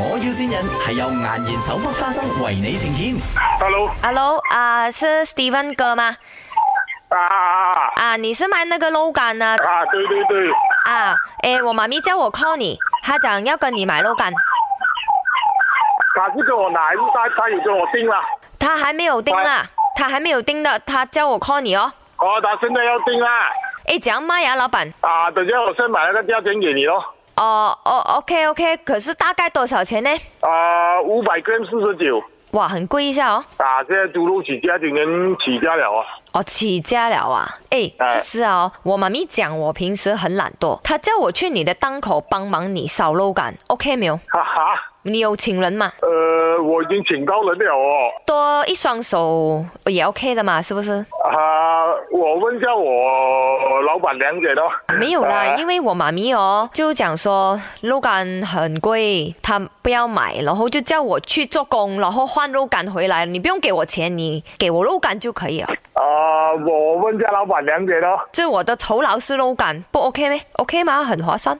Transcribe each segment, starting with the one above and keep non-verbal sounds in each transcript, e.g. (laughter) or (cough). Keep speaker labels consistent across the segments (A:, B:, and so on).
A: 我要先人係由顏然手剝花生為你呈現。
B: Hello，
C: Hello，啊、是 Steven 哥吗？
B: 啊啊
C: 啊、你是卖那个肉干的
B: 啊，对对对，
C: 啊？诶，我妈咪叫我 call 你，她讲要跟你买肉干，
B: 他是跟我拿，还是他他也跟我订了？
C: 她还没有订啦，她还没有订的，她叫我 call 你哦。
B: 哦，他现在要订啦，
C: 诶，怎样卖呀、老板？
B: 啊，等下我先把那个价钱给你咯，
C: 哦哦，OK OK，可是大概多少钱呢？
B: 啊，五百 gram 四十九，
C: 哇，很贵一下哦。
B: 啊，现在猪肉起价今年起价了啊，
C: 哦，起家了啊！诶，
B: 哎
C: 其实啊、我妈咪讲我平时很懒惰，她叫我去你的档口帮忙你扫肉干，OK 没有？
B: 哈哈，
C: 你有请人吗？
B: 呃，我已经请到人了哦，
C: 多一双手也 OK 的嘛，是不是？
B: 啊，我问一下我老板娘姐咯，
C: 没有啦，
B: 啊
C: 因为我妈咪哦就讲说肉干很贵，她不要买，然后就叫我去做工，然后换肉干回来，你不用给我钱，你给我肉干就可以了。
B: 啊，我问一下老板娘姐咯， (laughs)
C: 这我的酬劳是肉干，不 OK 咩？OK 吗？很划算，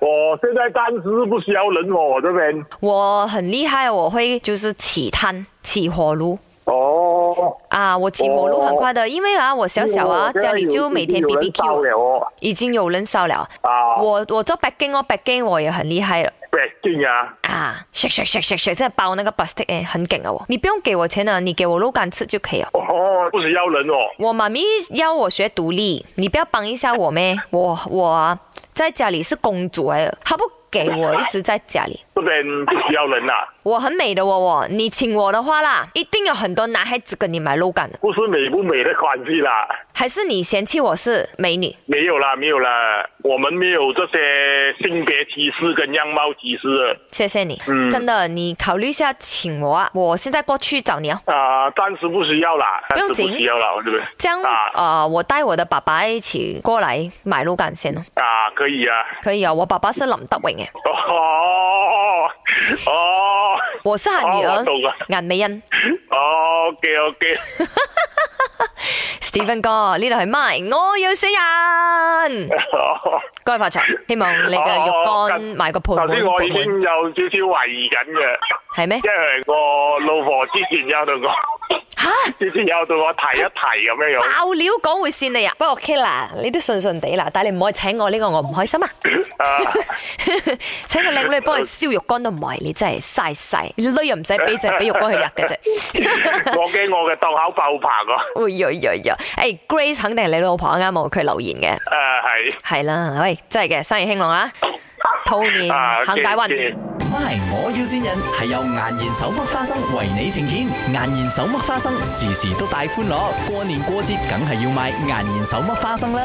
B: 我现在暂时不需要人哦，我这边，
C: 我很厉害，我会就是起摊起火炉。
B: 哦。
C: 啊，我起火炉很快的，因为啊，我小小啊，家里就每天 B B Q，
B: 了哦。
C: 已经有人烧了。
B: 啊，
C: 我我做北京哦，北京我也很厉害了
B: 北京啊，
C: 啊，shake shake shake shake shake，真的包那个 b u s t i c 哎，很劲啊我。你不用给我钱了，你给我肉干吃就可以了。啊
B: 哦，不需要人哦。
C: 我妈咪要我学独立，你不要帮一下我咩？我我啊在家里是公主哎，她不给我，一直在家里。
B: 这边不需要人啊啦、
C: 我很美的哦，我你请我的话啦，一定有很多男孩子跟你买肉干的，
B: 不是美不美的关系啦，
C: 还是你嫌弃我是美女？
B: 没有啦，没有啦，我们没有这些性别歧视跟样貌歧视的
C: 谢谢你，
B: 嗯
C: 真的，你考虑一下请我啊，我现在过去找你啊。
B: 啊，暂时不需要啦，
C: 不
B: 暂
C: 用
B: 时
C: 紧
B: 不需要啦，对不对？
C: 这样，
B: 啊
C: 呃，我带我的爸爸一起过来买鹿港先哦，
B: 啊，可以啊，
C: 可以啊。我爸爸是林德荣诶，
B: 哦哦
C: 我是他女
B: 哦我
C: 儿
B: 懂了
C: 颜美欣。
B: ，OK
C: (laughs)
B: OK，
C: Steven 哥，呢度係 My，我要死人。該發
B: (laughs)
C: 財，希望你嘅浴缸埋個盆
B: 頭
C: 滿
B: 哦先我已
C: 缽滿，
B: 經有少少懷疑緊嘅。
C: 係咩
B: 因？為我老婆之前有同我， (laughs) 之前有同我提一提咁樣樣，
C: 爆料講會線你啊，不過 OK 啦，你都順順地啦，但係你唔可以請我呢、個，我唔開心啊。 (laughs)
B: 啊，
C: 請個靚女幫佢燒浴缸都唔係，你真係嘥晒，你女又唔使俾，就係俾浴缸去入嘅啫。
B: 我驚我嘅檔口爆棚啊，
C: (laughs) 哎呀呀呀！誒 Grace 肯定係你老婆啱冇，佢留言嘅， (laughs)
B: 誒啊係，
C: 係啦，喂，真係嘅，生意興隆啊，兔年
B: 啊
C: 行大運。
B: 謝謝
A: My，我要先人係由顏然手剝花生為你呈現。顏然手剝花生時時都大歡樂，過年過節梗係要買顏然手剝花生啦。